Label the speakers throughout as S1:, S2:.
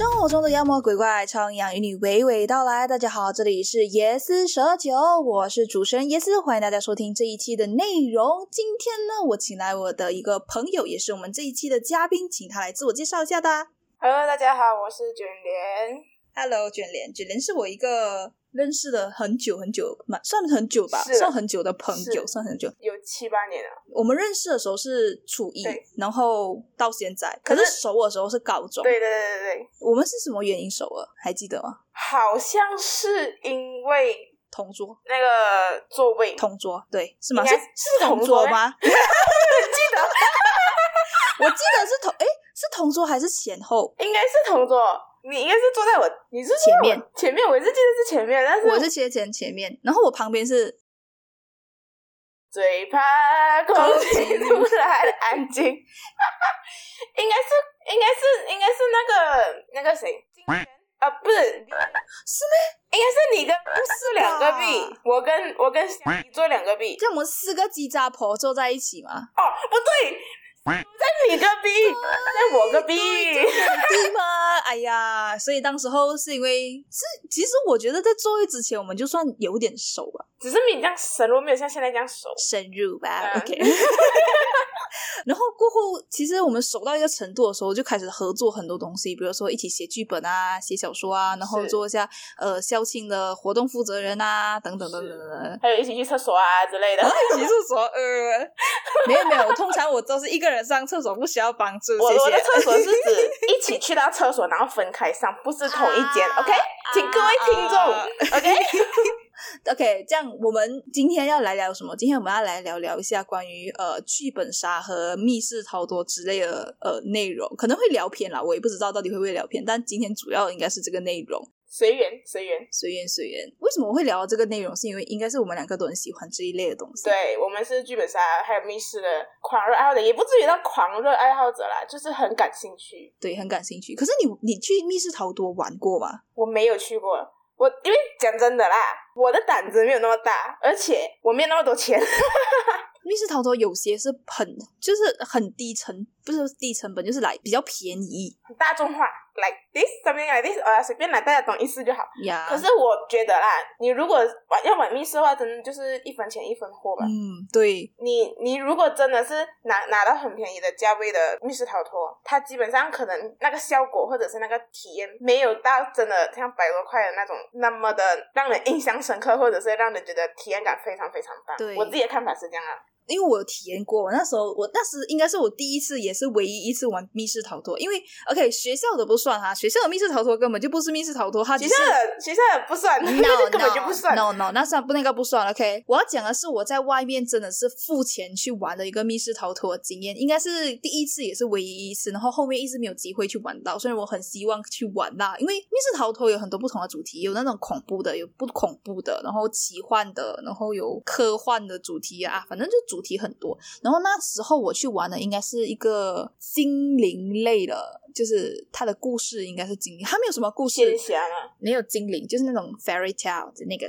S1: 妖魔鬼怪，청阳与你娓娓道来。大家好，这里是椰丝蛇酒，我是主持人椰丝，欢迎大家收听这一期的内容。今天呢，我请来我的一个朋友，也是我们这一期的嘉宾，请他来自我介绍一下吧。
S2: Hello，大家好，我是卷帘。
S1: Hello，卷帘，卷帘是我一个认识了很久很久，蛮算很久吧，
S2: 是
S1: 算很久的朋友，
S2: 是
S1: 算很久。
S2: 有七八年了，
S1: 我们认识的时候是初一
S2: 对，
S1: 然后到现在，可
S2: 可
S1: 是
S2: 是
S1: 熟的时候是高中。
S2: 对对对对对，
S1: 我们是什么原因熟了？还记得吗？
S2: 好像是因为
S1: 同桌，
S2: 那个座位，
S1: 同桌，对，是吗？
S2: 应
S1: 是
S2: 该
S1: 是
S2: 是同
S1: 同桌
S2: 桌
S1: 吗？ 记 得，我记得是同，诶，是同桌还是前后？
S2: 应该是同桌，你应该是坐在我，你是坐在我
S1: 前面，
S2: 前面，我是记得是前面，但是
S1: 我是斜前前面，然后我旁边是
S2: 最怕空
S1: 空气
S2: 气突然安静， 应该是应该是应该是那个那个谁，金泉啊，不是是应该是你跟不是两个
S1: 哇
S2: B，我跟我跟小姨坐两个 B，
S1: 跟我们四个鸡杂婆坐在一起嘛，
S2: 哦，不对，在你隔壁，在我隔壁。
S1: 对吗？哎呀，所以当时候是因为是，其实我觉得在座位之前我们就算有点熟了。
S2: 只是你这样深入，没有像现在这样熟。
S1: 深入吧、
S2: 嗯
S1: o k 然后过后，其实我们熟到一个程度的时候，就开始合作很多东西，比如说一起写剧本啊、写小说啊，然后
S2: 是
S1: 做一下呃校庆的活动负责人啊，等等等等等等。
S2: 还有一起去厕所啊之类的
S1: 然。后一起厕所，呃， 没有没有，通常我都是一个人上厕所，不需要帮助，
S2: 我
S1: 谢
S2: 我的
S1: 谢。
S2: 厕所是指一起去到厕所，然后分开上，不是同一间。
S1: 啊
S2: OK，请各位听众、
S1: 啊
S2: OK，
S1: OK，这样我们今天要来聊什么？今天我们要来聊聊一下关于呃剧本杀和密室逃脱之类的呃内容，可能会聊偏啦，我也不知道到底会不会聊偏，但今天主要应该是这个内容，
S2: 随缘随缘。
S1: 随缘随缘。为什么我会聊到这个内容？是因为应该是我们两个都很喜欢这一类的东西。
S2: 对我们是剧本杀还有密室的狂热爱好者，也不至于到狂热爱好者啦，就是很感兴趣。
S1: 对，很感兴趣。可是你你去密室逃脱玩过吗？
S2: 我没有去过，我因为讲真的啦，我的胆子没有那么大，而且我没有那么多钱。
S1: 密室逃脱有些是很就是很低成，不是低成本，就是来比较便宜
S2: 大众化，like this something like this，呃，随便来，大家懂意思就好。
S1: 呀。
S2: 可是我觉得啦，你如果玩要玩密室的话，真的就是一分钱一分货吧。
S1: 嗯，对，
S2: 你你如果真的是拿拿到很便宜的价位的密室逃脱，它基本上可能那个效果或者是那个体验，没有到真的像百多块的那种那么的让人印象深刻，或者是让人觉得体验感非常非常棒。
S1: 对
S2: 我自己的看法是这样啊。
S1: 因为我有体验过，我那时候我那时应该是我第一次，也是唯一一次玩密室逃脱。因为 OK，学校的不算哈，学校的密室逃脱根本就不是密室逃脱，它
S2: 学
S1: 只是
S2: 校的学校的不算，
S1: no
S2: 根本就不算。
S1: no no，那算不那个不算。OK，我要讲的是我在外面真的是付钱去玩的一个密室逃脱经验，应该是第一次也是唯一一次，然后后面一直没有机会去玩到。虽然我很希望去玩啦，因为密室逃脱有很多不同的主题，啊有那种恐怖的，有不恐怖的，然后奇幻的，然后有科幻的主题啊，反正就主题很多。然后那时候我去玩的应该是一个精灵类的，就是它的故事应该是精灵，它没有什么故事，
S2: 仙侠嘛，
S1: 没有精灵，就是那种 fairy tale 的那个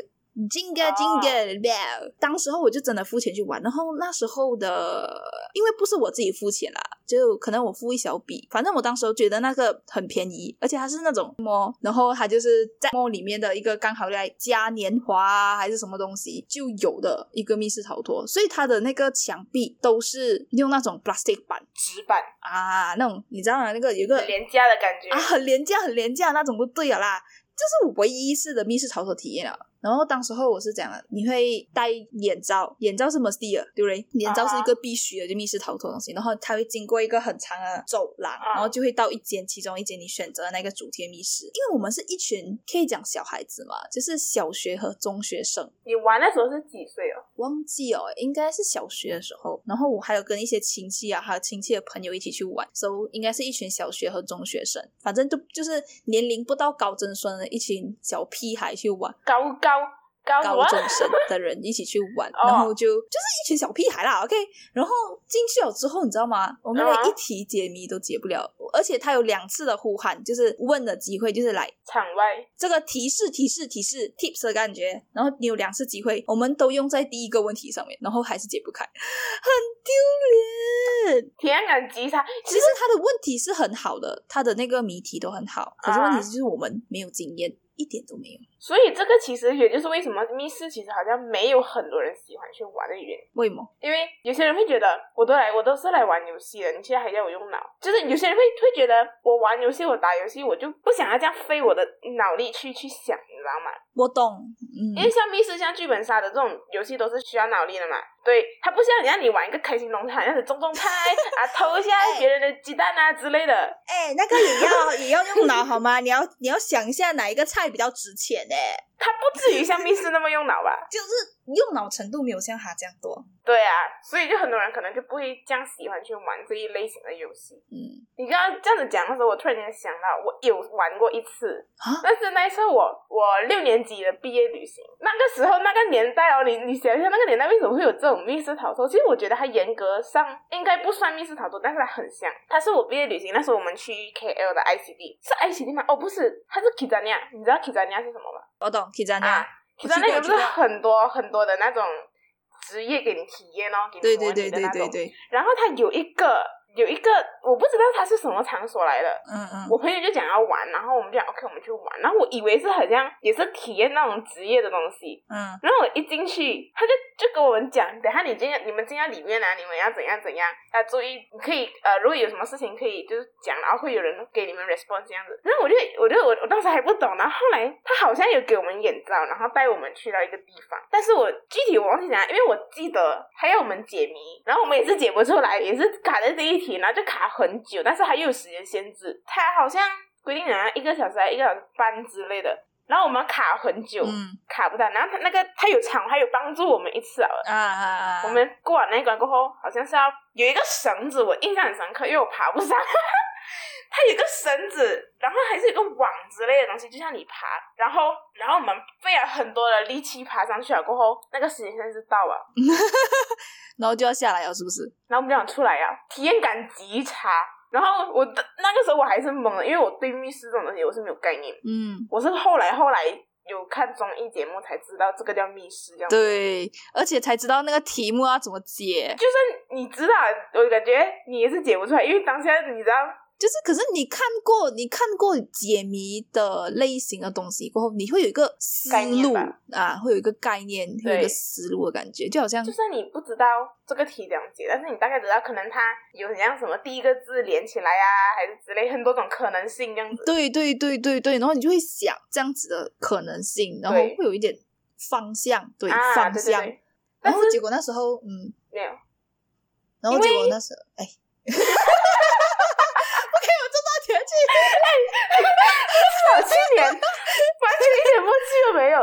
S1: jingle
S2: 哦
S1: jingle bell。当时候我就真的付钱去玩，然后那时候的，因为不是我自己付钱啦，就可能我付一小笔，反正我当时候觉得那个很便宜，而且它是那种 mall，然后它就是在 mall 里面的一个刚好来嘉年华啊还是什么东西就有的一个密室逃脱，所以它的那个墙壁都是用那种 plastic 板
S2: 纸板，
S1: 啊，那种你知道吗？那个有一个
S2: 很廉价的感觉。
S1: 啊，很廉价，很廉价那种就对了啦。这是我唯一一次的密室逃脱体验了。然后当时候我是讲了，你会戴眼罩，眼罩是 must 的，对不对？眼罩是一个必须的，就密室逃脱的东西。然后它会经过一个很长的走廊，
S2: 啊
S1: 然后就会到一间其中一间你选择的那个主题密室。因为我们是一群可以讲小孩子嘛，就是小学和中学生，
S2: 你玩的时候是几岁哦？
S1: 忘记哦，应该是小学的时候。然后我还有跟一些亲戚啊，还有亲戚的朋友一起去玩，so, 应该是一群小学和中学生，反正就就是年龄不到高中生的一群小屁孩去玩。
S2: 高高高什
S1: 高
S2: 么
S1: 中生的人一起去玩，
S2: 啊哦
S1: 然后就就是一群小屁孩啦，OK。然后进去了之后，你知道吗？我们
S2: 嗯
S1: 连
S2: 哼
S1: 一题解谜都解不了，而且他有两次的呼喊，就是问的机会，就是来
S2: 场外
S1: 这个提示、提示、提示 tips 的感觉。然后你有两次机会，我们都用在第一个问题上面，然后还是解不开，很丢 脸。
S2: 体验感啊极差。
S1: 其实他的问题是很好的，他的那个谜题都很
S2: 啊
S1: 好，可是问题就是我们没有经验，一点都没有。
S2: 所以这个其实也就是为什么密室其实好像没有很多人喜欢去玩的原因，
S1: 为什么？
S2: 因为有些人会觉得我都来我都是来玩游戏的，你现在还要我用脑，就是有些人会会觉得我玩游戏我打游戏我就不想要这样费我的脑力去去想，你知道吗？
S1: 我懂，嗯，
S2: 因为像密室、像剧本杀的这种游戏都是需要脑力的嘛，对，它不像人家你玩一个开心农场，样子种 种菜啊，偷一下
S1: 哎
S2: 别人的鸡蛋啊之类的。
S1: 哎、那个也要也要用 脑好吗？你要你要想一下哪一个菜比较值钱哎、
S2: 它不至于像密室那么用脑吧？
S1: 就是用脑程度没有像他这样多。
S2: 对啊，所以就很多人可能就不会这样喜欢去玩这一类型的游戏。
S1: 嗯，
S2: 你刚刚这样子讲的时候，我突然间想到，我有玩过一次
S1: 啊，
S2: 但是那一次我我六年级的毕业旅行，那个时候那个年代哦，你你想一下那个年代为什么会有这种密室逃脱？其实我觉得它严格上应该不算密室逃脱，但是它很像。它是我毕业旅行那时候我们去 KL 的 ICD，是 ICD 吗？哦，不是，它是 Kizania，你知道 Kizania 是什么吗？
S1: 我懂，Kizania，、
S2: 啊
S1: 我
S2: 其
S1: 去
S2: 实
S1: 过
S2: 那个
S1: 我
S2: 不
S1: 去
S2: 是
S1: 过
S2: 很多很多的那种职业给你体验哦，给
S1: 对
S2: 你模
S1: 对
S2: 拟
S1: 对对
S2: 的那
S1: 对
S2: 种。
S1: 对，
S2: 然后它有一个有一个，我不知道它是什么场所来的。
S1: 嗯嗯，
S2: 我朋友就讲要玩，然后我们就讲 OK，我们去玩。然后我以为是好像也是体验那种职业的东西。
S1: 嗯
S2: 然后我一进去，他就就跟我们讲，等下你进你们进到里面啊，你们要怎样怎样，要注意，你可以呃，如果有什么事情可以就是讲，然后会有人给你们 response 这样子。然后我就我就我我当时还不懂，然后后来他好像有给我们眼罩，然后带我们去到一个地方，但是我具体我忘记讲，因为我记得他要我们解谜，然后我们也是解不出来，也是卡在这一题，然后就卡很久，但是他又有时间限制，他好像规定好像一个小时还一个小时半之类的。然后我们卡很久，
S1: 嗯
S2: 卡不到，然后他那个他有场，他有帮助我们一次啊。
S1: 啊啊啊，
S2: 我们过完那一关过后，好像是要有一个绳子，我印象很深刻，因为我爬不上。 它有一个绳子，然后还是有一个网之类的东西，就像你爬，然后然后我们费了很多的力气爬上去了，过后那个时间线是到了，
S1: 然后就要下来了，是不是？
S2: 然后我们就想出来啊，体验感极差。然后我的那个时候我还是懵的，因为我对密室这种东西我是没有概念，
S1: 嗯，
S2: 我是后来后来有看综艺节目才知道这个叫密室这样子。
S1: 对，而且才知道那个题目要怎么解，
S2: 就算你知道，我感觉你也是解不出来，因为当下你知道，
S1: 就是可是你看过你看过解谜的类型的东西过后，你会有一个思
S2: 概念
S1: 路
S2: 吧
S1: 啊，会有一个概念，会有一个
S2: 对
S1: 思路的感觉，就好像
S2: 就算你不知道这个题怎样解，但是你大概知道，可能它有怎样什么第一个字连起来啊，还是之类很多种可能性这样子。
S1: 对对对对对，然后你就会想这样子的可能性，然后
S2: 对
S1: 会有一点方向，对
S2: 啊，
S1: 方
S2: 对对
S1: 向。
S2: 对，
S1: 然
S2: 但
S1: 后
S2: 是
S1: 结果那时候，嗯，
S2: 没有，
S1: 然后
S2: 因
S1: 结
S2: 为
S1: 果那时候， 哎， 不可以有这道题去，
S2: 好去年完全一点默契都没有。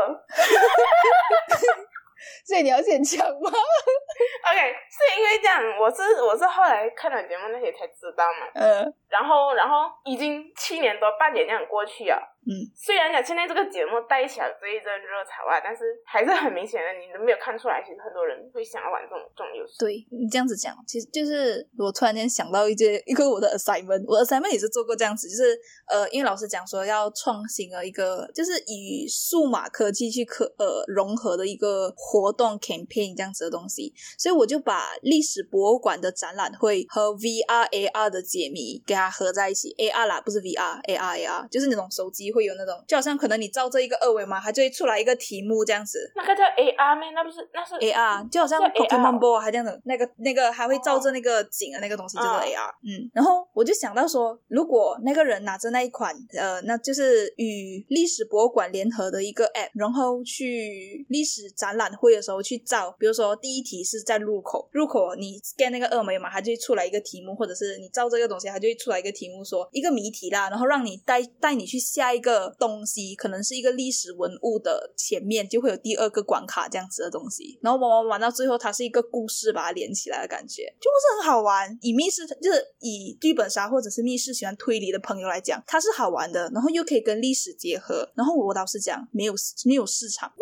S1: 所以你要先讲吗？
S2: OK，是因为这样，我是我是后来看了节目那些才知道嘛，
S1: 呃，
S2: 然后然后已经七年多半年这样过去了。
S1: 嗯，
S2: 虽然讲现在这个节目带起了这一阵热潮啊，但是还是很明显的，你都没有看出来，其实很多人会想要玩这种这种游戏。
S1: 对你这样子讲，其实就是我突然间想到一件一个我的 assignment，我的 assignment 也是做过这样子，就是呃，因为老师讲说要创新的一个，就是以数码科技去可呃融合的一个活动 campaign 这样子的东西，所以我就把历史博物馆的展览会和 VR AR 的解谜给它合在一起，AR 啦不是 VR AR AR，就是那种手机会有那种，就好像可能你照这一个二维码，它就会出来一个题目这样子，
S2: 那个叫 AR 咩？那不是那是
S1: AR，就好像
S2: 叫
S1: Pokemon
S2: AR
S1: Ball 还这样的那个那个还会照着那个景的啊那个东西就是
S2: 嗯
S1: AR，嗯，然后我就想到说，如果那个人拿着那一款呃，那就是与历史博物馆联合的一个 app，然后去历史展览会的时候去照，比如说第一题是在入口，入口你 scan 那个二维码，它就会出来一个题目，或者是你照这个东西，它就会出来一个题目说一个谜题啦，然后让你带带你去下一个东西，可能是一个历史文物的前面就会有第二个关卡这样子的东西，然后玩玩玩到最后，它是一个故事把它连起来的感觉，就不是很好玩。以密室就是以剧本杀或者是密室喜欢推理的朋友来讲，它是好玩的，然后又可以跟历史结合，然后我老实讲没有没有市场，哇，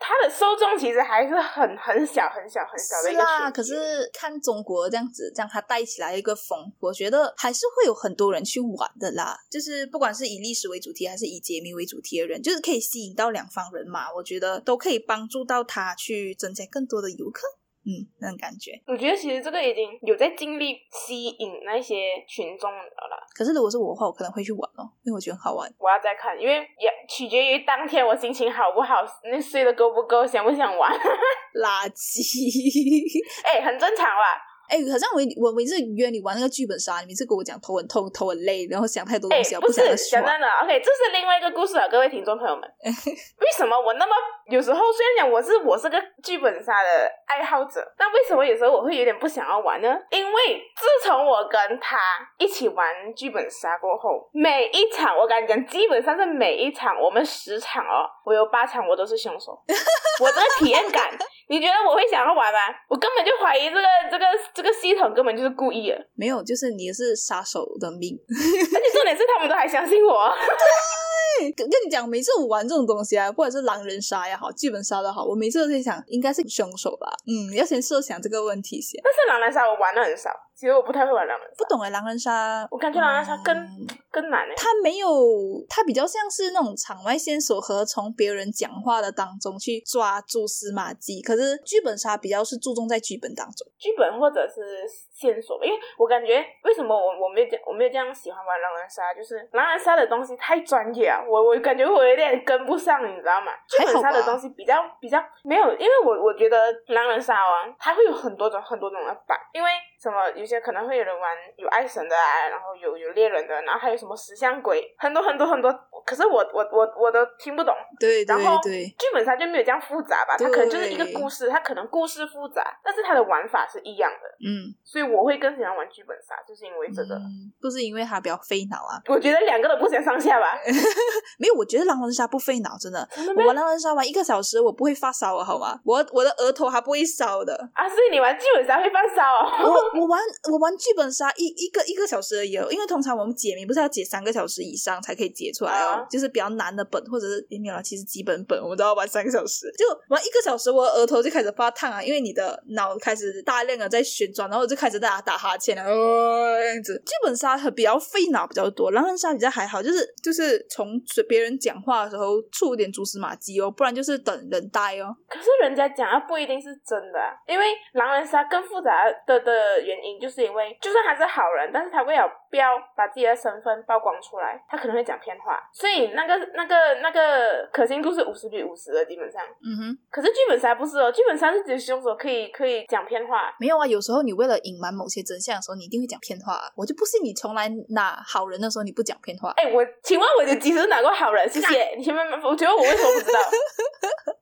S2: 它的受众其实还是很很小很小很小的
S1: 是
S2: 一个
S1: 啦，
S2: 群体。
S1: 可是看中国这样子，这样它带起来一个风，我觉得还是会有很多人去玩的啦。就是不管是以历史为主题，还是以解谜为主题的人，就是可以吸引到两方人嘛。我觉得都可以帮助到他去增加更多的游客，嗯，那种感觉。
S2: 我觉得其实这个已经有在尽力吸引那些群众了啦。
S1: 可是如果是我的话，我可能会去玩哦，因为我觉得很好玩。
S2: 我要再看，因为也取决于当天我心情好不好，那睡得够不够，想不想玩。
S1: 垃圾，
S2: 哎，很正常啦。
S1: 哎、好像我我每次约你玩那个剧本杀，你每次跟我讲头很痛、头很累，然后想太多
S2: 哎
S1: 东西，，我
S2: 不
S1: 想再
S2: 是，
S1: 去
S2: 讲
S1: 玩。
S2: 真的，OK，这是另外一个故事了，各位听众朋 友们。为什么我那么有时候虽然讲我是我是个剧本杀的爱好者，但为什么有时候我会有点不想要玩呢？因为自从我跟他一起玩剧本杀过后，每一场我敢讲，基本上是每一场我们十场哦，我有八场我都是凶 手，我这个体验感。你觉得我会想要玩吗？我根本就怀疑这个这个这个系统根本就是故意的，
S1: 没有，就是你是杀手的命。
S2: 而且重点是他们都还相信我。哦
S1: 跟跟你讲，每次我玩这种东西啊，不管是狼人杀也好，剧本杀也好，我每次都在想，应该是凶手吧。嗯，要先设想这个问题先。
S2: 但是狼人杀我玩的很少，其实我不太会玩狼人杀
S1: 不，懂哎、狼人杀，
S2: 我感觉狼人杀更
S1: 嗯
S2: 更难哎、
S1: 它没有，它比较像是那种场外线索和从别人讲话的当中去抓蛛丝马迹。可是剧本杀比较是注重在剧本当中。
S2: 剧本或者是线索吧，因为我感觉为什么我我没有这样我没有这样喜欢玩狼人杀，就是狼人杀的东西太专业啊，我我感觉我有点跟不上，你知道吗？剧
S1: 还好吧
S2: 本杀的东西比较比较没有，因为我我觉得狼人杀啊，它会有很多种很多种的版，因为什么有些可能会有人玩有爱神的啊，然后有有猎人的，然后还有什么石像鬼，很多很多很多，可是我我我我都听不懂，
S1: 对对
S2: 然后
S1: 对，
S2: 剧本杀就没有这样复杂吧，它
S1: 对
S2: 可能就是一个故事，它可能故事复杂，但是它的玩法是一样的，
S1: 嗯，
S2: 所以我会更喜欢玩剧本杀，就是因为这个。
S1: 嗯不是因为它比较费脑啊，
S2: 我觉得两个都不相上 下吧，
S1: 没有，我觉得狼人杀不费脑，真的。
S2: 真的
S1: 我
S2: 吗？
S1: 玩狼人杀玩一个小时，我不会发烧啊，好吗？我我的额头还不会烧的。
S2: 啊，所以你玩剧本杀会犯烧哦？
S1: 我我玩我玩剧本杀一一个一个小时而已哦，因为通常我们解谜不是要解三个小时以上才可以解出来哦，
S2: 啊
S1: 就是比较难的本或者是也没有啦，其实几本本我们都要玩三个小时，就玩一个小时，我的额头就开始发烫啊，因为你的脑开始大量的在旋转，然后我就开始大家打哈欠了，哦这样子。剧本杀很比较费脑比较多，狼人杀比较还好，就是就是从随别人讲话的时候触一点蛛丝马迹哦，不然就是等人呆哦。
S2: 可是人家讲啊，不一定是真的、啊，因为狼人杀更复杂的的原因，就是因为就算他是好人，但是他为了不要把自己的身份曝光出来，他可能会讲偏话，所以那个那个那个可信度是五十比五十的，基本上。
S1: 嗯哼。
S2: 可是剧本杀不是哦，剧本杀是只有凶手可以可以讲偏话，
S1: 没有啊，有时候你为了隐瞒某些真相的时候，你一定会讲偏话、啊。我就不信你从来拿好人的时候你不讲偏话。
S2: 哎，我请问我有几时拿过好人？谢谢你前面，我觉得我为什么不 知道？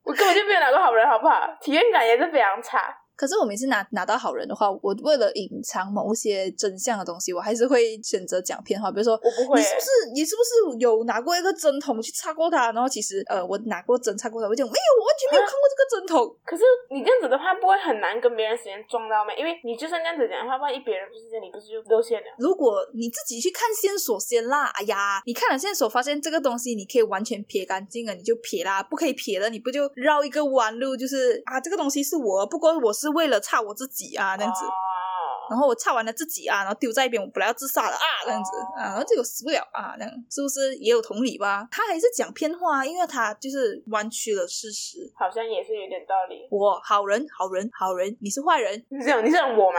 S2: 我根本就没有拿过好人，好不好？体验感也是非常差。
S1: 可是我每次拿拿到好人的话，我为了隐藏某些真相的东西，我还是会选择讲偏话，比如说。
S2: 我不会
S1: 你，是不是你是不是有拿过一个针筒去插过它？然后其实呃，我拿过针插过它，我就讲没有，我完全没有
S2: 啊
S1: 看过这个针筒。
S2: 可是你这样子的话，不会很难跟别人时间撞到吗？因为你就算这样子讲的话，万一别人不是这样，你不是就露馅了？
S1: 如果你自己去看线索先啦，哎呀，你看了线索发现这个东西你可以完全撇干净了，啊你就撇啦；不可以撇了，你不就绕一个弯路？就是啊，这个东西是我，不过我是为了差我自己啊，那样子。
S2: 哦
S1: 然后我差完了自己啊，然后丢在一边，我本来要自杀了啊，这样子啊，然后结果死不了啊，这样是不是也有同理吧？他还是讲偏话，因为他就是弯曲了事实。
S2: 好像也是有点道理。
S1: 我好人，好人，好人，你是坏人，
S2: 你这样，你这样我吗？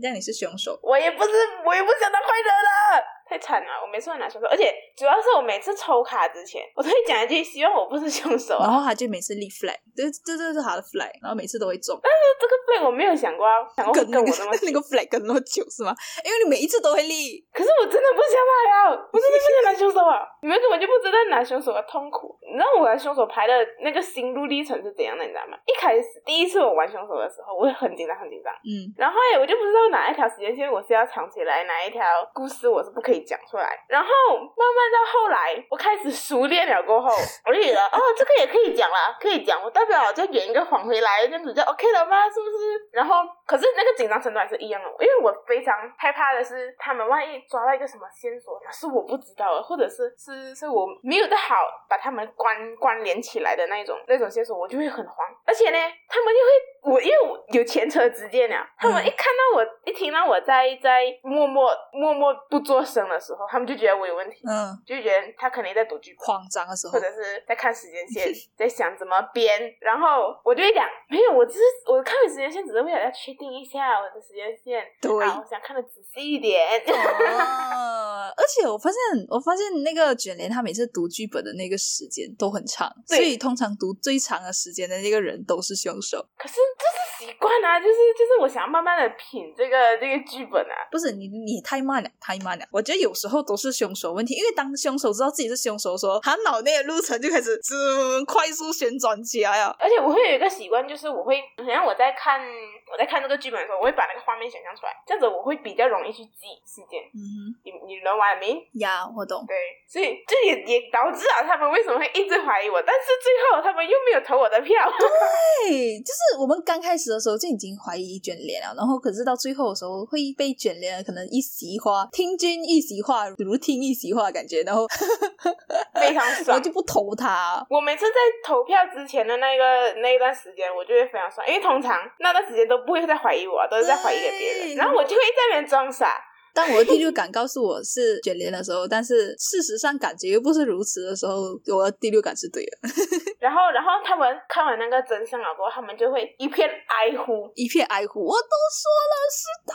S1: 那你是凶手。
S2: 我也不是，我也不想当坏人了，太惨了！我每次都拿凶手，而且主要是我每次抽卡之前，我都会讲一句，希望我不是凶手
S1: 然
S2: 啊。
S1: 后他就每次立 flag，这这这是他的 flag，然后每次都会中。
S2: 这个 flag 我没有想过要，想过会
S1: 跟
S2: 跟
S1: 那
S2: 我
S1: 个
S2: 那么
S1: 那个 flag 跟那么久是吗？因为你每一次都会立，
S2: 可是我真的不想买啊！我真的不想拿凶手啊！你们根本就不知道拿凶手的痛苦。你知道我玩凶手牌的那个心路历程是怎样的，你知道吗？一开始第一次我玩凶手的时候，我会很紧张，很紧张。
S1: 嗯，
S2: 然后哎，我就不知道哪一条时间线我是要藏起来，哪一条故事我是不可以讲出来。然后慢慢到后来，我开始熟练了过后，我就觉得哦，这个也可以讲啦，可以讲。我代表就演一个谎回来，这样子就 OK 了吗？是不是？然后可是那个紧张程度还是一样的，因为我非常害怕的是，他们万一抓到一个什么线索，是我不知道的，或者是是是我没有的好把他们关关联起来的那一种那种线索，我就会很慌。而且呢，他们就会我因为我有前车之鉴了，他
S1: 嗯
S2: 们一看到我、一听到我在在默默默默不作声的时候，他们就觉得我有问题，
S1: 嗯，
S2: 就觉得他肯定在读剧本。
S1: 慌张的时候
S2: 或，者是在看时 间线，在想怎么编，然后我就会讲，没有，我只是我看时间线，只是为了要确定一下我的时间线，
S1: 对嗯
S2: 啊，我想看的仔细一点。
S1: 哦，而且我发现，我发现那个卷帘他每次读剧本的那个时间都很长，所
S2: 对
S1: 以通常读最长的时间的那个人都是凶手。
S2: 可是这是习惯啊，就是就是我想要慢慢的品这个这个剧本啊，
S1: 不是你，你太慢了，太慢了。我觉得有时候都是凶手问题，因为当凶手知道自己是凶手的时候，他脑内的路程就开始嗯快速旋转起来了。
S2: 而且我会有一个习惯，就是我会，好像我在看我在看这个剧本的时候，我会把那个画面想象出来，这样子我会比较容易去记事件。
S1: 嗯
S2: 你你能玩明？
S1: 哼，呀，我懂。
S2: 对，所以这也也导致了他们为什么会一直怀疑我，但是最后他们又没有投我的 票。
S1: 对，就是我们刚开始的时候就已经怀疑卷帘了，然后可是到最后的时候会被卷帘可能一席话，听君一席话，如听一席话的感觉，然后
S2: 非常
S1: 然
S2: 爽
S1: 后。就不投他。
S2: 我每次在投票之前的那个那一段时间，我就会非常爽，因为通常那段时间都不会再怀疑我，都是在怀疑给别
S1: 对
S2: 人，然后我就会在那边装傻。
S1: 当我的第六感告诉我是卷帘的时候，但是事实上感觉又不是如此的时候，我的第六感是对的，
S2: 然后，然后他们看完那个真相啊了过后，他们就会一片哀呼。
S1: 一片哀呼，我都说了是他，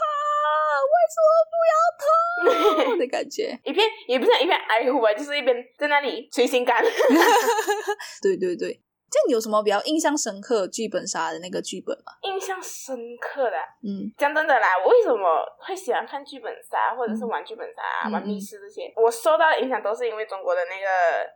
S1: 为什么不要他的感觉。
S2: 一片也不是一片哀呼吧，就是一边在那里捶 心肝。
S1: 对对对，这样你有什么比较印象深刻的剧本杀的那个剧本吗？
S2: 印象深刻的，啊
S1: 嗯。
S2: 讲真的啦，我为什么会喜欢看剧本杀，或者是玩剧本杀、啊
S1: 嗯
S2: 玩密室这些？我受到的影响都是因为中国的那个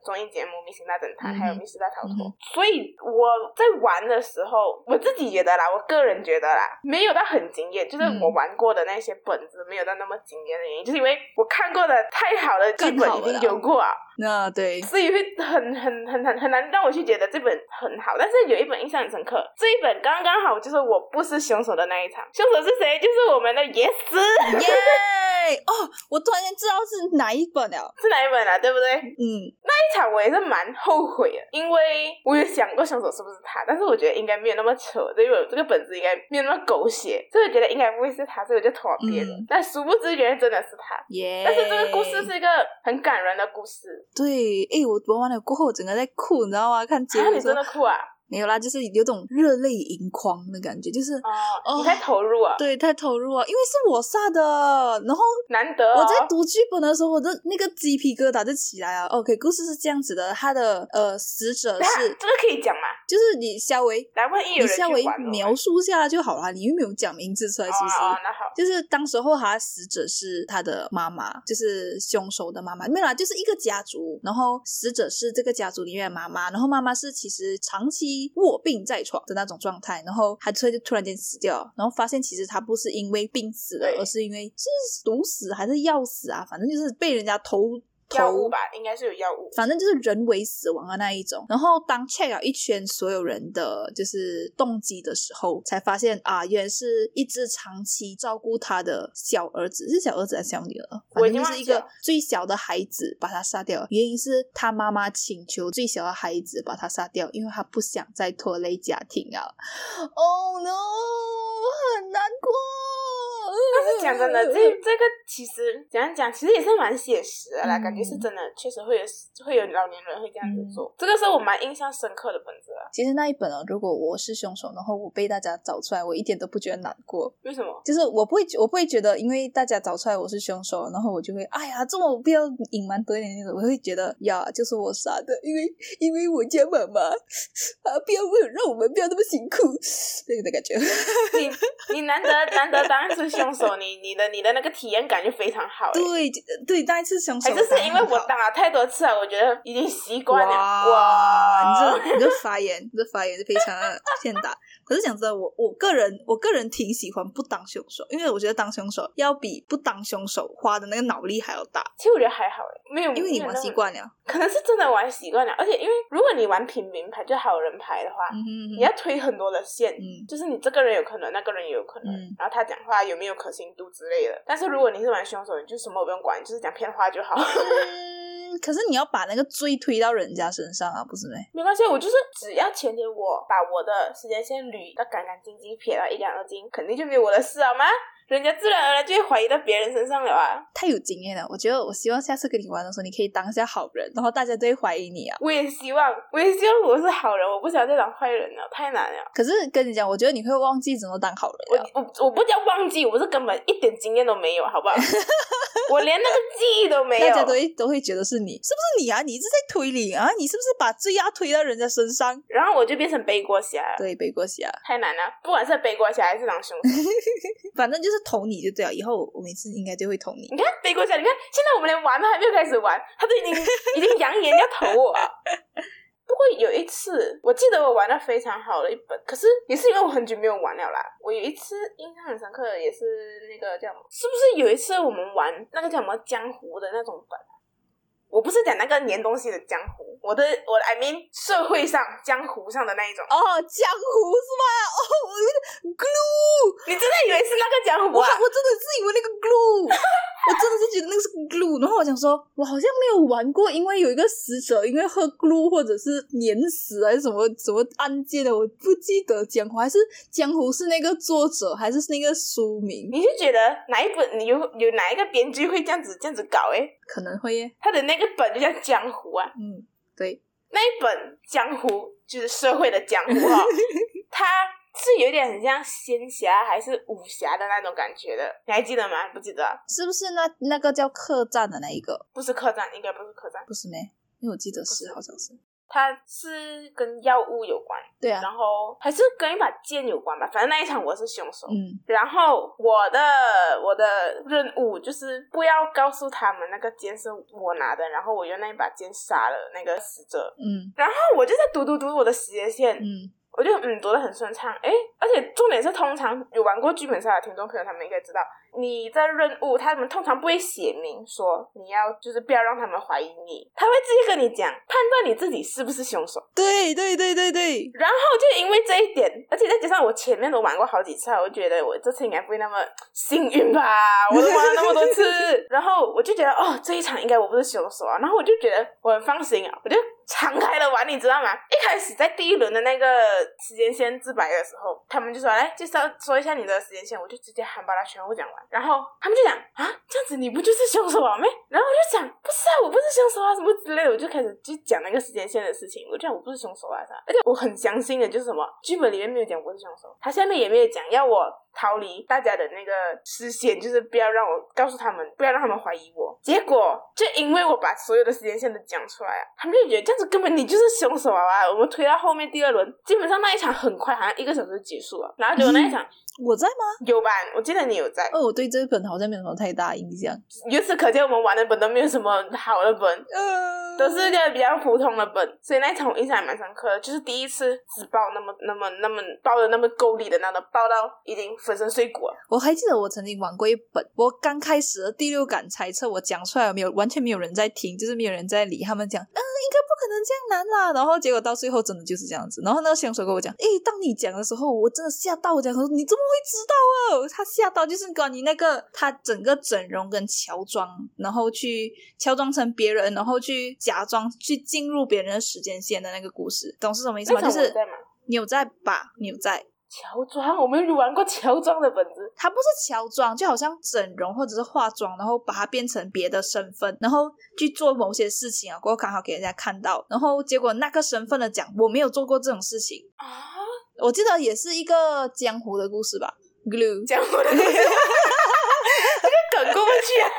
S2: 综艺节目《明星大侦探》
S1: 嗯
S2: 还有《密室大逃脱》
S1: 嗯
S2: 所以我在玩的时候，我自己觉得啦，我个人觉得啦，没有到很惊艳，就是
S1: 嗯
S2: 我玩过的那些本子没有到那么惊艳的原因，就是因为我看过的太好的剧
S1: 更
S2: 本
S1: 好
S2: 已
S1: 了
S2: 经有过啊，
S1: 那对，
S2: 所以会很很很很很难让我去觉得这本很好，但是有一本印象很深刻，这一本刚刚好就是我不是凶手的那一场，凶手是谁？就是我们的野史，
S1: 耶！哦，我突然间知道是哪一本了。
S2: 是哪一本啊？对不对？那
S1: 嗯，
S2: 一场我也是蛮后悔的，因为我有想过凶手是不是他，但是我觉得应该没有那么丑，因为我这个本子应该没有那么狗血，所以我觉得应该不会是他，所以我就妥别人
S1: 嗯。
S2: 但殊不知原来真的是他。
S1: 耶！
S2: 但是这个故事是一个很感人的故事，
S1: 对，诶，我玩完了过后，我整个在哭，你知道吗？看结
S2: 啊，
S1: 尾
S2: 你
S1: 说
S2: 真的哭啊！
S1: 没有啦，就是有种热泪盈眶的感觉，就是、
S2: 哦，
S1: 哦
S2: 你太投入啊，
S1: 对太投入了，因为是我杀的，然后
S2: 难得、哦。
S1: 我在读剧本的时候，我的那个鸡皮疙瘩就起来了。OK，故事是这样子的，他的呃死者
S2: 等一下
S1: 是
S2: 这个可以讲吗？
S1: 就是你稍微
S2: 来，万一啊
S1: 你
S2: 有人
S1: 稍微
S2: 去玩了
S1: 描述一下就好啦，你又没有讲名字出来，其实。
S2: 哦哦，那好，
S1: 就是当时候他死者是他的妈妈，就是凶手的妈妈，没有啦，就是一个家族，然后死者是这个家族里面的妈妈，然后妈妈是其实长期卧病在床的那种状态，然后她突然就突然间死掉了，然后发现其实她不是因为病死的
S2: 对，
S1: 而是因为是毒死还是药死啊，反正就是被人家投
S2: 药物
S1: 投
S2: 吧，应该是有药物。
S1: 反正就是人为死亡的那一种。然后当 check 了一圈所有人的就是动机的时候，才发现啊，原来是一只长期照顾他的小儿子，是小儿子还是小女儿？
S2: 我
S1: 反
S2: 已
S1: 正就是一
S2: 经忘
S1: 个
S2: 记
S1: 最小的孩子把他杀掉了，原因是他妈妈请求最小的孩子把他杀掉，因为他不想再拖累家庭啊。Oh no，很难过。
S2: 但是哎讲真的，
S1: 嗯
S2: 这这个其实怎样讲，其实也是蛮写实的啦，
S1: 嗯
S2: 感觉是真的，确实会有会有老年人会这样子做。这个是我蛮印象深刻的本子啊。
S1: 其实那一本哦，如果我是凶手，然后我被大家找出来，我一点都不觉得难过。
S2: 为什么？
S1: 就是我不会觉，我不会觉得，因为大家找出来我是凶手，然后我就会，哎呀，这么我不要隐瞒多一点那种，我会觉得呀，就是我杀的，因为因为我家妈妈啊，不要为了让我们不要那么辛苦，那个的感觉。
S2: 你你难得难得当是凶手，你你的你的那个体验感就非常好、欸。
S1: 对对，那一次凶手
S2: 哎还是是因为我
S1: 当。
S2: 当了太多次啊了，我觉得已经习惯了。
S1: 哇，
S2: 哇
S1: 你这你这发言，你这发言是非常的欠打。可是讲真的，我我个人我个人挺喜欢不当凶手，因为我觉得当凶手要比不当凶手花的那个脑力还要大，
S2: 其实我觉得还好哎、没有
S1: 因为你玩
S2: 没有那么
S1: 习惯了。嗯
S2: 可能是真的玩习惯了，而且因为如果你玩平民牌就好人牌的话，
S1: 嗯哼
S2: 你要推很多的线，
S1: 嗯
S2: 就是你这个人有可能，那个人也有可能，
S1: 嗯
S2: 然后他讲话有没有可信度之类的。但是如果你是玩凶手，你就什么都不用管，你就是讲骗话就好。
S1: 嗯可是你要把那个罪推到人家身上啊，不是吗？
S2: 没关系，我就是只要前天我把我的时间线捋得干干净净，撇到一干二净，肯定就没有我的事好吗？人家自然而然就会怀疑到别人身上了啊！
S1: 太有经验了，我觉得我希望下次跟你玩的时候，你可以当一下好人，然后大家都会怀疑你啊。
S2: 我也希望，我也希望我是好人，我不想再当坏人了，太难了。
S1: 可是跟你讲，我觉得你会忘记怎么当好人啊。
S2: 我我我不叫忘记，我是根本一点经验都没有， 好不好？我连那个记忆都没有。
S1: 大家都会都会觉得是你，是不是你啊？你一直在推理啊？你是不是把罪压推到人家身上？
S2: 然后我就变成背锅侠了，
S1: 对，背锅啊侠，
S2: 太难了。不管是背锅侠还是当凶手，
S1: 反正就是捅你就对了。以后我每次应该就会捅你。
S2: 你看背锅侠，你看现在我们连玩都还没有开始玩，他都已经已经扬言要投我了。不过有一次，我记得我玩的非常好的一本，可是也是因为我很久没有玩了啦。我有一次印象很深刻，也是那个叫什么，是不是有一次我们玩那个叫什么江湖的那种本？我不是讲那个粘东西的江湖，我的我的 I mean 社会上江湖上的那一种。
S1: 哦，江湖是吗？哦，我有点 glue，
S2: 你真的以为是那个江湖
S1: 我
S2: 啊？
S1: 我真的是以为那个 glue，我真的是觉得那个是 glue。然后我想说，我好像没有玩过，因为有一个死者因为喝 glue 或者是碾死还是什么什么案件的，我不记得江湖还是江湖是那个作者还是那个书名，
S2: 你是觉得哪一本你有有哪一个编剧会这样子这样子搞？欸诶，
S1: 可能会耶。
S2: 他的那个本就叫江湖啊，
S1: 嗯，对，
S2: 那一本江湖就是社会的江湖哈、它是有点很像仙侠还是武侠的那种感觉的，你还记得吗？不记得啊，
S1: 是不是那那个叫客栈的那一个？
S2: 不是客栈，应该不是客栈，
S1: 不是没，因为我记得是好像是。
S2: 它是跟药物有关，
S1: 对啊，
S2: 然后还是跟一把剑有关吧，反正那一场我是凶手。
S1: 嗯，
S2: 然后我的我的任务就是不要告诉他们那个剑是我拿的，然后我用那一把剑杀了那个死者。
S1: 嗯
S2: 然后我就在读读读我的时间线，
S1: 嗯，
S2: 我就嗯读的很顺畅。诶，而且重点是，通常有玩过剧本杀的听众朋友，他们应该知道，你在任务他们通常不会写明说你要就是不要让他们怀疑你，他会直接跟你讲判断你自己是不是凶手。
S1: 对对对对对，
S2: 然后就因为这一点，而且再加上我前面都玩过好几次啊，我就觉得我这次应该不会那么幸运吧，我都玩了那么多次，然后我就觉得哦，这一场应该我不是凶手啊，然后我就觉得我很放心啊，我就敞开了玩，你知道吗？一开始在第一轮的那个时间线自白的时候，他们就说来介绍说一下你的时间线，我就直接喊把它全部讲完，然后他们就讲啊，这样子你不就是凶手啊妹？然后我就想不是啊，我不是凶手啊什么之类的，我就开始就讲那个时间线的事情，我就讲我不是凶手啊啥，而且 我很相信的就是什么剧本里面没有讲我是凶手，他下面也没有讲要我逃离大家的那个视线，就是不要让我告诉他们，不要让他们怀疑我。结果就因为我把所有的时间线都讲出来啊，他们就觉得这样子根本你就是凶手啊！我们推到后面第二轮，基本上那一场很快，好像一个小时结束了，然后结果那一场、
S1: 我在吗？
S2: 有吧？我记得你有在。
S1: 哦，我对这本好像没有什么太大印象。
S2: 由此可见，我们玩的本都没有什么好的本。
S1: 呃
S2: 都是一个比较普通的本，所以那一场我印象还蛮深刻的，就是第一次只爆那么那么那么爆的那么够力的那种，爆到已经粉身碎骨了。
S1: 我还记得我曾经玩过一本，我刚开始的第六感猜测，我讲出来没有，完全没有人在听，就是没有人在理。他们讲，嗯，应该不可能这样难啦。然后结果到最后真的就是这样子。然后那个凶手跟我讲，诶，当你讲的时候，我真的吓到，我讲说你怎么会知道啊？他吓到就是关于那个他整个整容跟乔装，然后去乔装成别人，然后去假装去进入别人的时间线的那个故事，懂是什么意思
S2: 那
S1: 吗？
S2: 场
S1: 就
S2: 我有
S1: 是
S2: 在吗？
S1: 你有在吧，你有在。
S2: 乔装，我们有玩过乔装的本子，
S1: 它不是乔装，就好像整容或者是化妆，然后把它变成别的身份，然后去做某些事情啊，过后刚好给人家看到，然后结果那个身份的讲我没有做过这种事情，
S2: 啊，
S1: 我记得也是一个江湖的故事吧，glue，
S2: 讲我的故事， 这个梗过不去啊。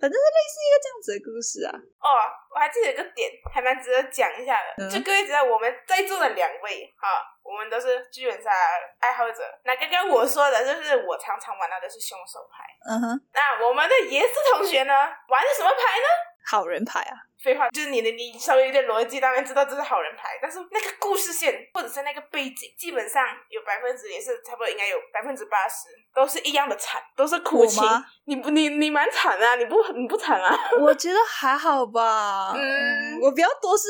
S1: 反正是类似一个这样子的故事啊。
S2: 哦，我还记得有个点，还蛮值得讲一下
S1: 嗯
S2: 的。就各位知道，我们在座的两位啊，我们都是剧本杀爱好者。那刚刚我说的就是我常常玩到的是凶手牌，
S1: 嗯哼，
S2: 那我们的爷斯同学呢，玩的什么牌呢？
S1: 好人牌啊，
S2: 废话，就是你的，你稍微有点逻辑，当然知道这是好人牌，但是那个故事线或者是那个背景，基本上有百分之也是差不多，应该有百分之八十都是一样的惨，都是苦情
S1: 我吗。
S2: 你不，你你蛮惨啊，你不你不惨啊？
S1: 我觉得还好吧。
S2: 嗯
S1: 我比较多是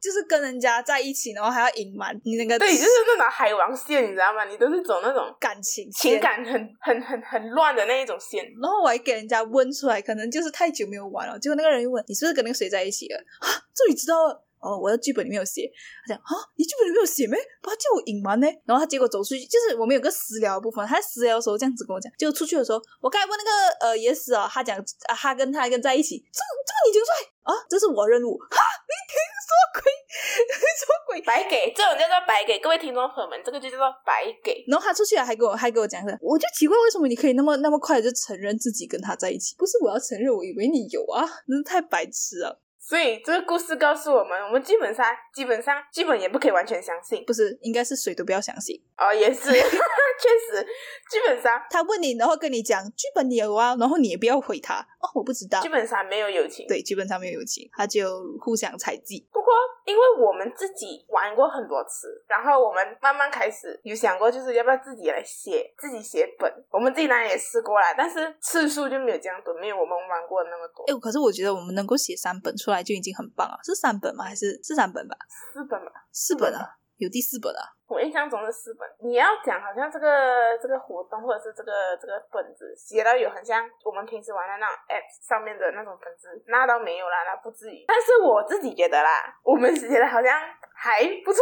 S1: 就是跟人家在一起，然后还要隐瞒你那个
S2: 对，就是那种海王线，你知道吗？你都是走那种
S1: 感情线
S2: 情感很很很很乱的那一种线。
S1: 然后我还给人家问出来，可能就是太久没有玩了。结果那个人又问你是不是跟那个谁在一写了啊，终于知道了。哦，我的剧本里面有写，他讲啊，你剧本里面有写没？不要叫我隐瞒呢。然后他结果走出去，就是我们有个私聊的部分，他在私聊的时候这样子跟我讲，结果出去的时候，我刚才问那个呃野史啊，他讲啊，他跟他跟在一起，这个这个你就帅啊，这是我任务哈，你什么鬼？ 什么鬼？
S2: 白给，这种叫做白给。各位听众朋友们，这个就叫做白给。
S1: 然后他出去了，还给我还给我讲说，我就奇怪为什么你可以那么那么快就承认自己跟他在一起？不是我要承认，我以为你有啊，真是太白痴了。
S2: 所以这个故事告诉我们，我们基本上基本上剧本也不可以完全相信。
S1: 不是，应该是谁都不要相信。
S2: 哦，也是， 确实，基本上
S1: 他问你，然后跟你讲剧本你有啊，然后你也不要回他哦，我不知道
S2: 基。本上没有友情。
S1: 对，基本上没有友情，他就互相猜忌。
S2: 不过，因为我们自己玩过很多次，然后我们慢慢开始有想过，就是要不要自己来写，自己写本。我们自己当然也试过啦，但是次数就没有这样多，没有我们玩过的那么多
S1: 哎，，可是我觉得我们能够写三本出来就已经很棒了，是三本吗？还是是三本吧？
S2: 四本吧。
S1: 四本啊，有第四本啊。
S2: 我印象中的四本，你要讲好像这个这个活动或者是这个这个本子写到有很像我们平时玩的那种 app 上面的那种本子，那倒没有啦，那不至于。但是我自己觉得啦，我们写的好像还不错，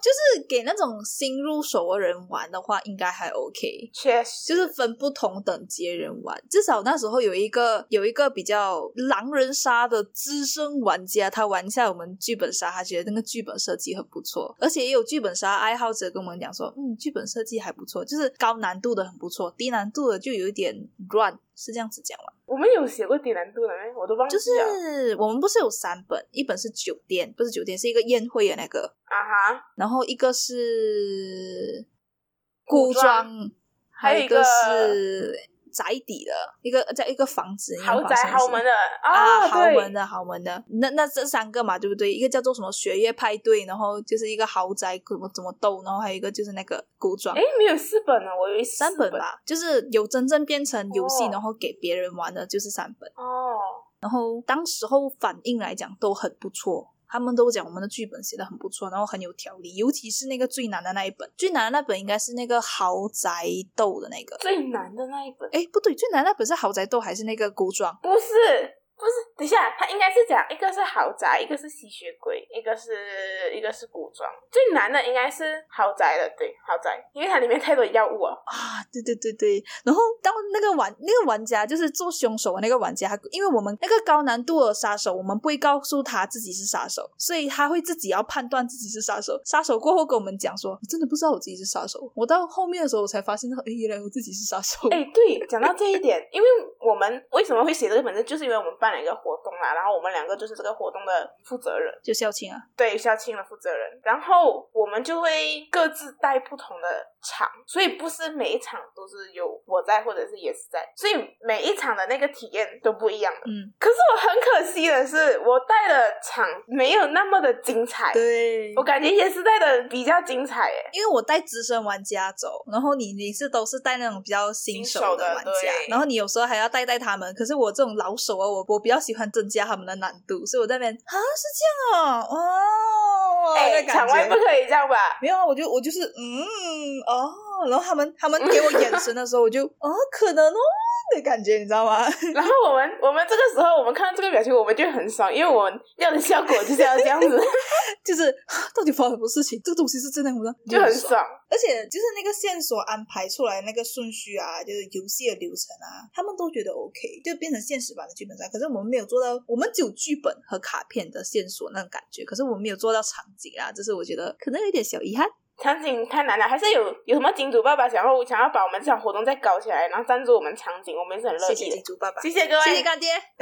S1: 就是给那种新入手的人玩的话，应该还 OK。
S2: 确实
S1: 就是分不同等级的人玩。至少那时候有一个有一个比较狼人杀的资深玩家，他玩一下我们剧本杀，他觉得那个剧本设计很不错，而且也有剧本杀爱好者跟我们讲说，嗯，剧本设计还不错，就是高难度的很不错，低难度的就有一点乱。是这样子讲吗？
S2: 我们有写过低难度的没？我都忘记
S1: 就
S2: 了。
S1: 是我们不是有三本，一本是酒店，不是酒店，是一个宴会的那个，
S2: 啊哈，
S1: 然后一个是
S2: 古
S1: 古
S2: 装
S1: 装，
S2: 还
S1: 还
S2: 有
S1: 有
S2: 一
S1: 一个
S2: 个
S1: 是宅邸的一个在一个房子里面
S2: 豪
S1: 发
S2: 宅
S1: 生的
S2: 豪
S1: 事
S2: 门的
S1: 啊，
S2: 啊，
S1: 豪门
S2: 对，
S1: 的豪门的，那那这三个嘛，对不对？一个叫做什么学业派对，然后就是一个豪宅怎么怎么斗，然后还有一个就是那个古装
S2: 哎，，没有四本呢，我有四
S1: 三本吧，就是有真正变成游戏，
S2: 哦
S1: 然后给别人玩的，就是三本。
S2: 哦，
S1: 然后当时候反应来讲都很不错。他们都讲我们的剧本写的很不错，然后很有条理，尤其是那个最难的那一本，最难的那本应该是那个豪宅斗的那个，
S2: 最难的那一本，
S1: 哎，不对，最难的那本是豪宅斗还是那个古装？
S2: 不是。不是，等一下，他应该是讲一个是豪宅，一个是吸血鬼，一个是一个是古装。最难的应该是豪宅的，对，豪宅，因为它里面太多药物了。
S1: 啊，对对对对，然后当那个玩那个玩家就是做凶手的那个玩家，他因为我们那个高难度的杀手，我们不会告诉他自己是杀手，所以他会自己要判断自己是杀手。杀手过后跟我们讲说，我真的不知道我自己是杀手。我到后面的时候，我才发现到，哎，原来我自己是杀手。
S2: 哎，对，讲到这一点， 因为我们为什么会写这个本子，就是因为我们办了一个活动啦，然后我们两个就是这个活动的负责人。
S1: 就校庆啊，
S2: 对校庆的负责人，然后我们就会各自带不同的场，所以不是每一场都是有我在或者是也是在，所以每一场的那个体验都不一样的。
S1: 嗯，
S2: 可是我很可惜的是，我带的场没有那么的精彩，
S1: 对
S2: 我感觉也是带的比较精彩诶。
S1: 因为我带资深玩家走，然后你你是都是带那种比较新手
S2: 新手的
S1: 玩家
S2: 对，
S1: 然后你有时候还要带带他们。可是我这种老手啊，我我比较喜欢增加他们的难度，所以我在那边啊是这样哦，哦，
S2: 哎、
S1: 那
S2: 场
S1: 感
S2: 外不
S1: 觉
S2: 可以这样吧？
S1: 没有啊，我就我就是嗯哦，然后他们他们给我眼神的时候，我就哦可能哦的感觉，你知道吗？
S2: 然后我们我们这个时候，我们看到这个表情，我们就很爽，因为我们要的效果就是要这样子，
S1: 就是啊到底发生什么事情？这个东西是真的吗？
S2: 就很爽。
S1: 而且就是那个线索安排出来那个顺序啊，就是游戏的流程啊，他们都觉得 OK，就变成现实版的剧本杀。可是我们没有做到，我们只有剧本和卡片的线索那种感觉，可是我们没有做到场景啊，这是我觉得可能有点小遗憾。
S2: 场景太难了，还是有有什么金主爸爸想要想要把我们这场活动再搞起来，然后赞助我们场景，我们也是很乐
S1: 谢
S2: 意
S1: 谢
S2: 的。
S1: 金主爸爸，
S2: 谢谢各位，
S1: 谢谢干爹，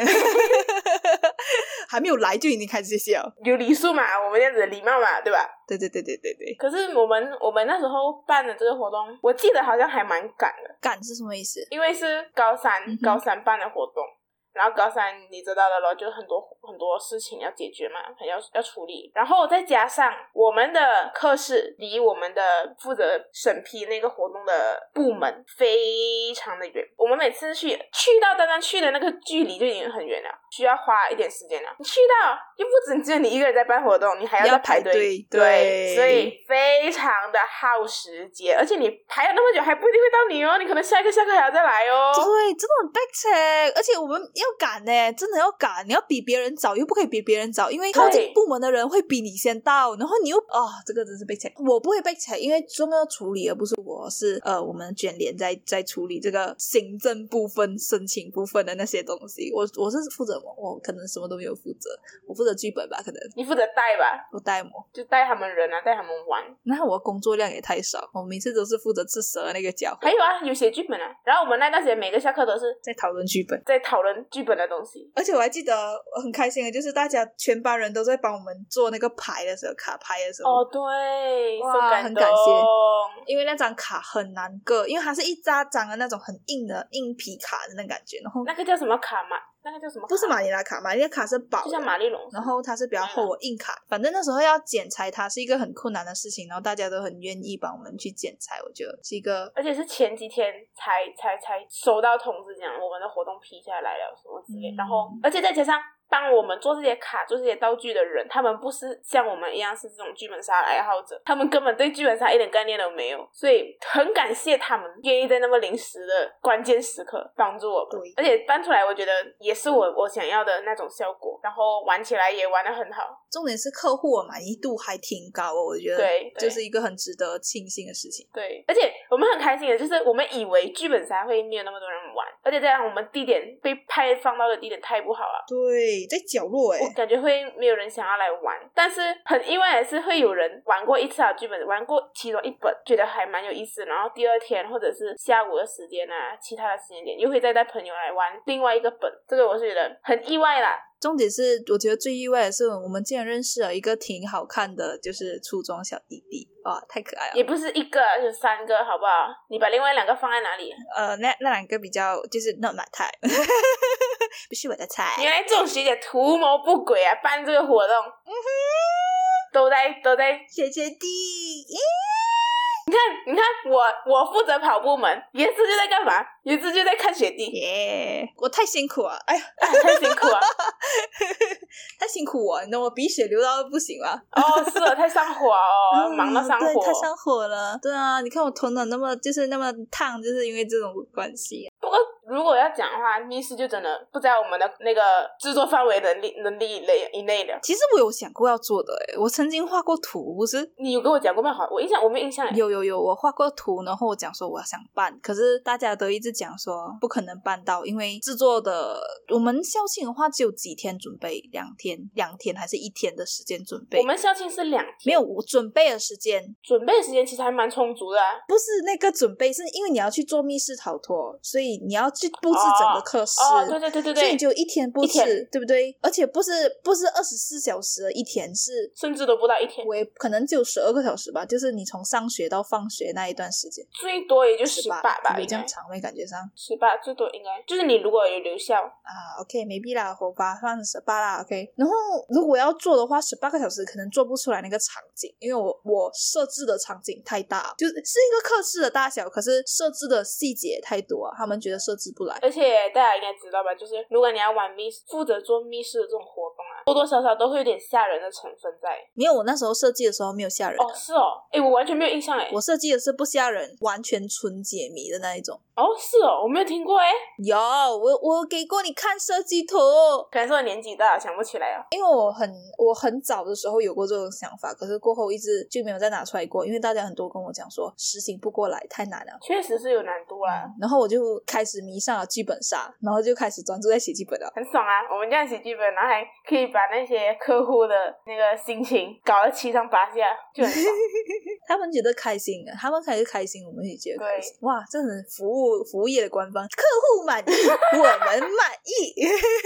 S1: 还没有来就已经开始谢谢了。
S2: 有礼数嘛，我们这样子礼貌嘛，对吧？
S1: 对对对对对对，
S2: 可是我们我们那时候办的这个活动，我记得好像还蛮赶的，
S1: 干是什么意思？
S2: 因为是高三、
S1: 嗯哼
S2: 高三办的活动，然后高三你知道的咯，就很多很多事情要解决嘛，要要处理，然后再加上我们的课室离我们的负责审批那个活动的部门非常的远，我们每次去去到单单去的那个距离就已经很远了，需要花一点时间了。你去到又不只只有你一个人在办活动，你还
S1: 要
S2: 再
S1: 排
S2: 排
S1: 队对
S2: 对，所以非常的耗时间，而且你排了那么久还不一定会到你哦，你可能下一个下课还要再来哦。
S1: 对，真的很 back 而且我们要赶呢、真的要赶，你要比别人人找，又不可以比别人早，因为
S2: 对
S1: 靠近部门的人会比你先到，然后你又啊、这个真是被踩。我不会被踩，因为重要处理而不是我是呃，我们卷帘在在处理这个行政部分、申请部分的那些东西。我我是负责我，我可能什么都没有负责，我负责剧本吧，可能
S2: 你负责带吧，
S1: 我代模。
S2: 就带他们人啊，带他们玩。
S1: 那我工作量也太少，我每次都是负责吃蛇的那个家伙
S2: 还有啊，有写剧本啊。然后我们那段时间每个下课都是
S1: 在讨论剧本。
S2: 在讨论剧本的东西。
S1: 而且我还记得很开心的，就是大家全班人都在帮我们做那个牌的时候，卡牌的时候，
S2: 哦，对，
S1: 哇
S2: 受
S1: 很
S2: 动
S1: 感谢因为那张卡很难割，因为它是一扎张的那种很硬的硬皮卡的那种感觉，然后
S2: 那个叫什么卡嘛？那个叫什么卡？
S1: 不是马尼拉卡，马尼拉卡是薄
S2: 就
S1: 的
S2: 像。玛丽龙。
S1: 然后它是比较厚的硬卡，反正那时候要剪裁它是一个很困难的事情，然后大家都很愿意帮我们去剪裁，我觉得是一个
S2: 而且是前几天才才才收到通知，讲我们的活动批下来了什么之类。
S1: 嗯
S2: 然后，而且再加上帮我们做这些卡、做这些道具的人，他们不是像我们一样是这种剧本杀的爱好者，他们根本对剧本杀一点概念都没有，所以很感谢他们愿意在那么临时的关键时刻帮助我们
S1: 对。
S2: 而且搬出来，我觉得也是我我想要的那种效果，然后玩起来也玩的很好。
S1: 重点是客户的满意度还挺高哦，我觉得
S2: 对，对
S1: 就是一个很值得庆幸的事情。
S2: 对，而且我们很开心的，就是我们以为剧本杀会没有那么多人玩，而且再加上我们地点被派放到的地点太不好了。
S1: 对，在角落哎、
S2: 我感觉会没有人想要来玩，但是很意外的是，会有人玩过一次啊剧本，玩过其中一本，觉得还蛮有意思。然后第二天或者是下午的时间啊，其他的时间点又会再带朋友来玩另外一个本，这个我是觉得很意外啦。
S1: 重点是，我觉得最意外的是，我们竟然认识了一个挺好看的，就是初中小弟弟，哇，太可爱了。
S2: 也不是一个，有三个，好不好？你把另外两个放在哪里？
S1: 呃，那那两个比较就是 not my type，不是我的
S2: 原
S1: 菜。
S2: 来这种学姐图谋不轨啊！办这个活动，都在都在。
S1: 姐姐弟，耶
S2: 你看我，我负责跑部门，椰子就在干嘛？椰子就在看学弟，
S1: 耶，我太辛苦了，哎呀，
S2: 啊太辛苦了。
S1: 太辛苦我，你懂我鼻血流到不行了，
S2: 哦，是哦，太上火哦，
S1: 嗯
S2: 忙到上
S1: 对，
S2: 火
S1: 太。上火了。对啊，你看我头脑那么就是那么烫，就是因为这种关系。
S2: 不过如果要讲的话，密室就真的不在我们的那个制作范围能力能力以内以内的。
S1: 其实我有想过要做的，哎，我曾经画过图，不是
S2: 你有跟我讲过吗？好，我印象我没有印象。
S1: 有有有，我画过图，然后我讲说我想办，可是大家都一直讲说不可能办到，因为制作的我们校庆的话只有几天准备，两天、两天还是一天的时间准备
S2: 我。们校庆是两天，
S1: 没有，我准备的时间
S2: 准备的时间其实还蛮充足的啊、
S1: 不是那个准备，是因为你要去做密室逃脱，所以你要去布置整个课室，
S2: 哦，对对对对
S1: 所以
S2: 对
S1: 你，就一天布
S2: 一天
S1: 置，对不对？而且不是不是二十四小时的一天，是
S2: 甚至都不到一天，
S1: 我也可能只有十二个小时吧，就是你从上学到放学那一段时间，
S2: 最多也就十
S1: 十
S2: 八
S1: 八
S2: 吧，
S1: 有
S2: 应
S1: 这
S2: 该
S1: 样长位感觉上。
S2: 十八最多应该就是你如果有留校，
S1: 啊，OK，没必啦，我把它放十八啦，OK。然后如果要做的话，十八个小时可能做不出来那个场景，因为我我设置的场景太大，就是是一个课室的大小，可是设置的细节太多啊，他们觉得设置不来。
S2: 而且大家应该知道吧，就是如果你要玩密室，负责做密室的这种活动啊，多多少少都会有点吓人的成分在。
S1: 没有，我那时候设计的时候没有吓人的啊
S2: 哦，是哦，哎，我完全没有印象哎。
S1: 我设计的是不吓人，完全纯解谜的那一种。
S2: 哦，是哦，我没有听过哎，
S1: 有，我我给过你看设计图，
S2: 可能是我年纪大了想不起来啊。
S1: 因为我很我很早的时候有过这种想法，可是过后一直就没有再拿出来过，因为大家很多跟我讲说实行不过来，太难了。
S2: 确实是有难度啊啦，
S1: 然后我就开始迷上了剧本杀，然后就开始专注在写剧本了。
S2: 很爽啊！我们这样写剧本，然后还可以把那些客户的那个心情搞得七上八下，就很爽。
S1: 他们觉得开心，他们开始开心，我们也觉得开心。哇，这很服务服务业的官方，客户满意，我们满意。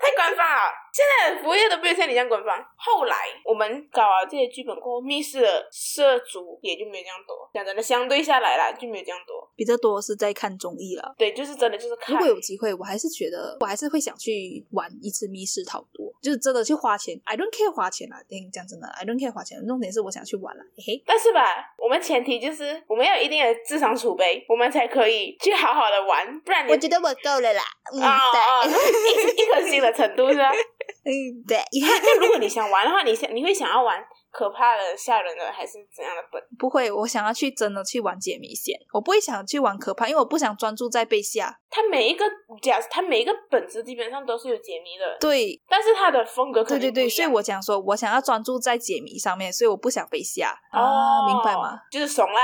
S2: 太官方了！现在的服务业都不如像你这样官方。后来我们搞了这些剧本过后，密室的涉足也就没有这样多。讲真的，相对下来啦，就没有这样多。
S1: 比较多是在看综艺了。
S2: 对，就是真的就是看。
S1: 如果有机会，我还是觉得我还是会想去玩一次密室逃脱，就是真的去花钱。I don't care 花钱啊，讲真的，I don't care 花钱。重点是我想去玩了、嘿嘿。
S2: 但是吧，我们前提就是我们要有一定的智商储备，我们才可以去好好的玩，不然你
S1: 我觉得我够了啦，嗯，
S2: 啊啊、哦一一颗星的程度是吧？
S1: 对，嗯，对。
S2: 那如果你想玩的话，你想你会想要玩可怕的、吓人的，还是怎样的本？
S1: 不会，我想要去真的去玩解谜线，我不会想去玩可怕，因为我不想专注在被吓。
S2: 它每一个假，它每一个本子基本上都是有解谜的，
S1: 对，
S2: 但是它的风格
S1: 对
S2: 肯
S1: 对
S2: 定
S1: 对，
S2: 不一
S1: 所以
S2: 样
S1: 我讲说，我想要专注在解谜上面，所以我不想被吓啊，明白吗？？
S2: 哦就是怂 啦，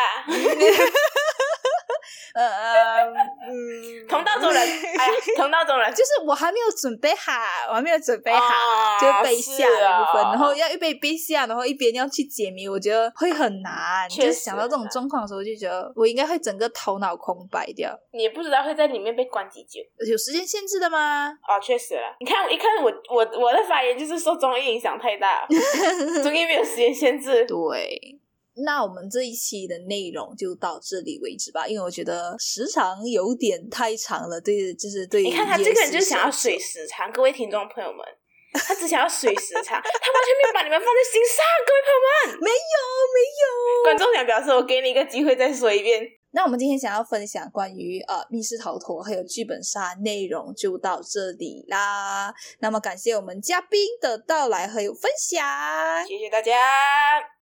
S1: 呃呃， 嗯，
S2: 同道中人，哎呀，同道中人
S1: 就是我还没有准备好，我还没有准备好。
S2: 啊
S1: 就被吓
S2: 是
S1: 的
S2: 啊
S1: 部分，然后要一边被吓，然后一边要去解谜，我觉得会很难。就
S2: 确实啊
S1: 是想到这种状况的时候，就觉得我应该会整个头脑空白掉。
S2: 你也不知道会在里面被关几久
S1: 有时间限制的吗？
S2: 哦，确实了。你看，一看我我我的发言就是受综艺影响 太大了，综艺没有时间限制。
S1: 对。那我们这一期的内容就到这里为止吧，因为我觉得时长有点太长了，对，就是对。
S2: 你看他这个人就是想要水，时长，各位听众朋友们，他只想要水时 长，他完全没有把你们放在心上，各位朋友们。
S1: 没有没有。
S2: 观众想表示，我给你一个机会再说一遍。
S1: 那我们今天想要分享关于呃密室逃脱还有剧本杀内容就到这里啦。那么感谢我们嘉宾的到来还有分享。
S2: 谢谢大家，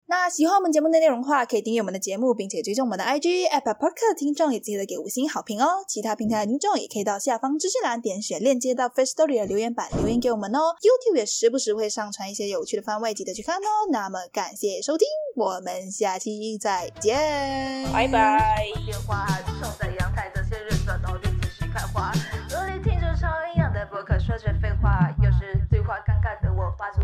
S1: 那喜欢我们节目的内容的话，可以订阅我们的节目，并且追踪我们的 IG Apple Podcast 的听众也记得给五星好评哦。其他平台的听众也可以到下方资讯栏点选链接到 First Story 的留言板留言给我们哦。YouTube 也时不时会上传一些有趣的番外，记得去看哦。那么感谢收听，我们下期再见，
S2: 拜。拜。
S3: 鲜花，种在阳台的些日子努力仔细看花，努力听着超营养的博客说着废话，有时对话尴尬的我发着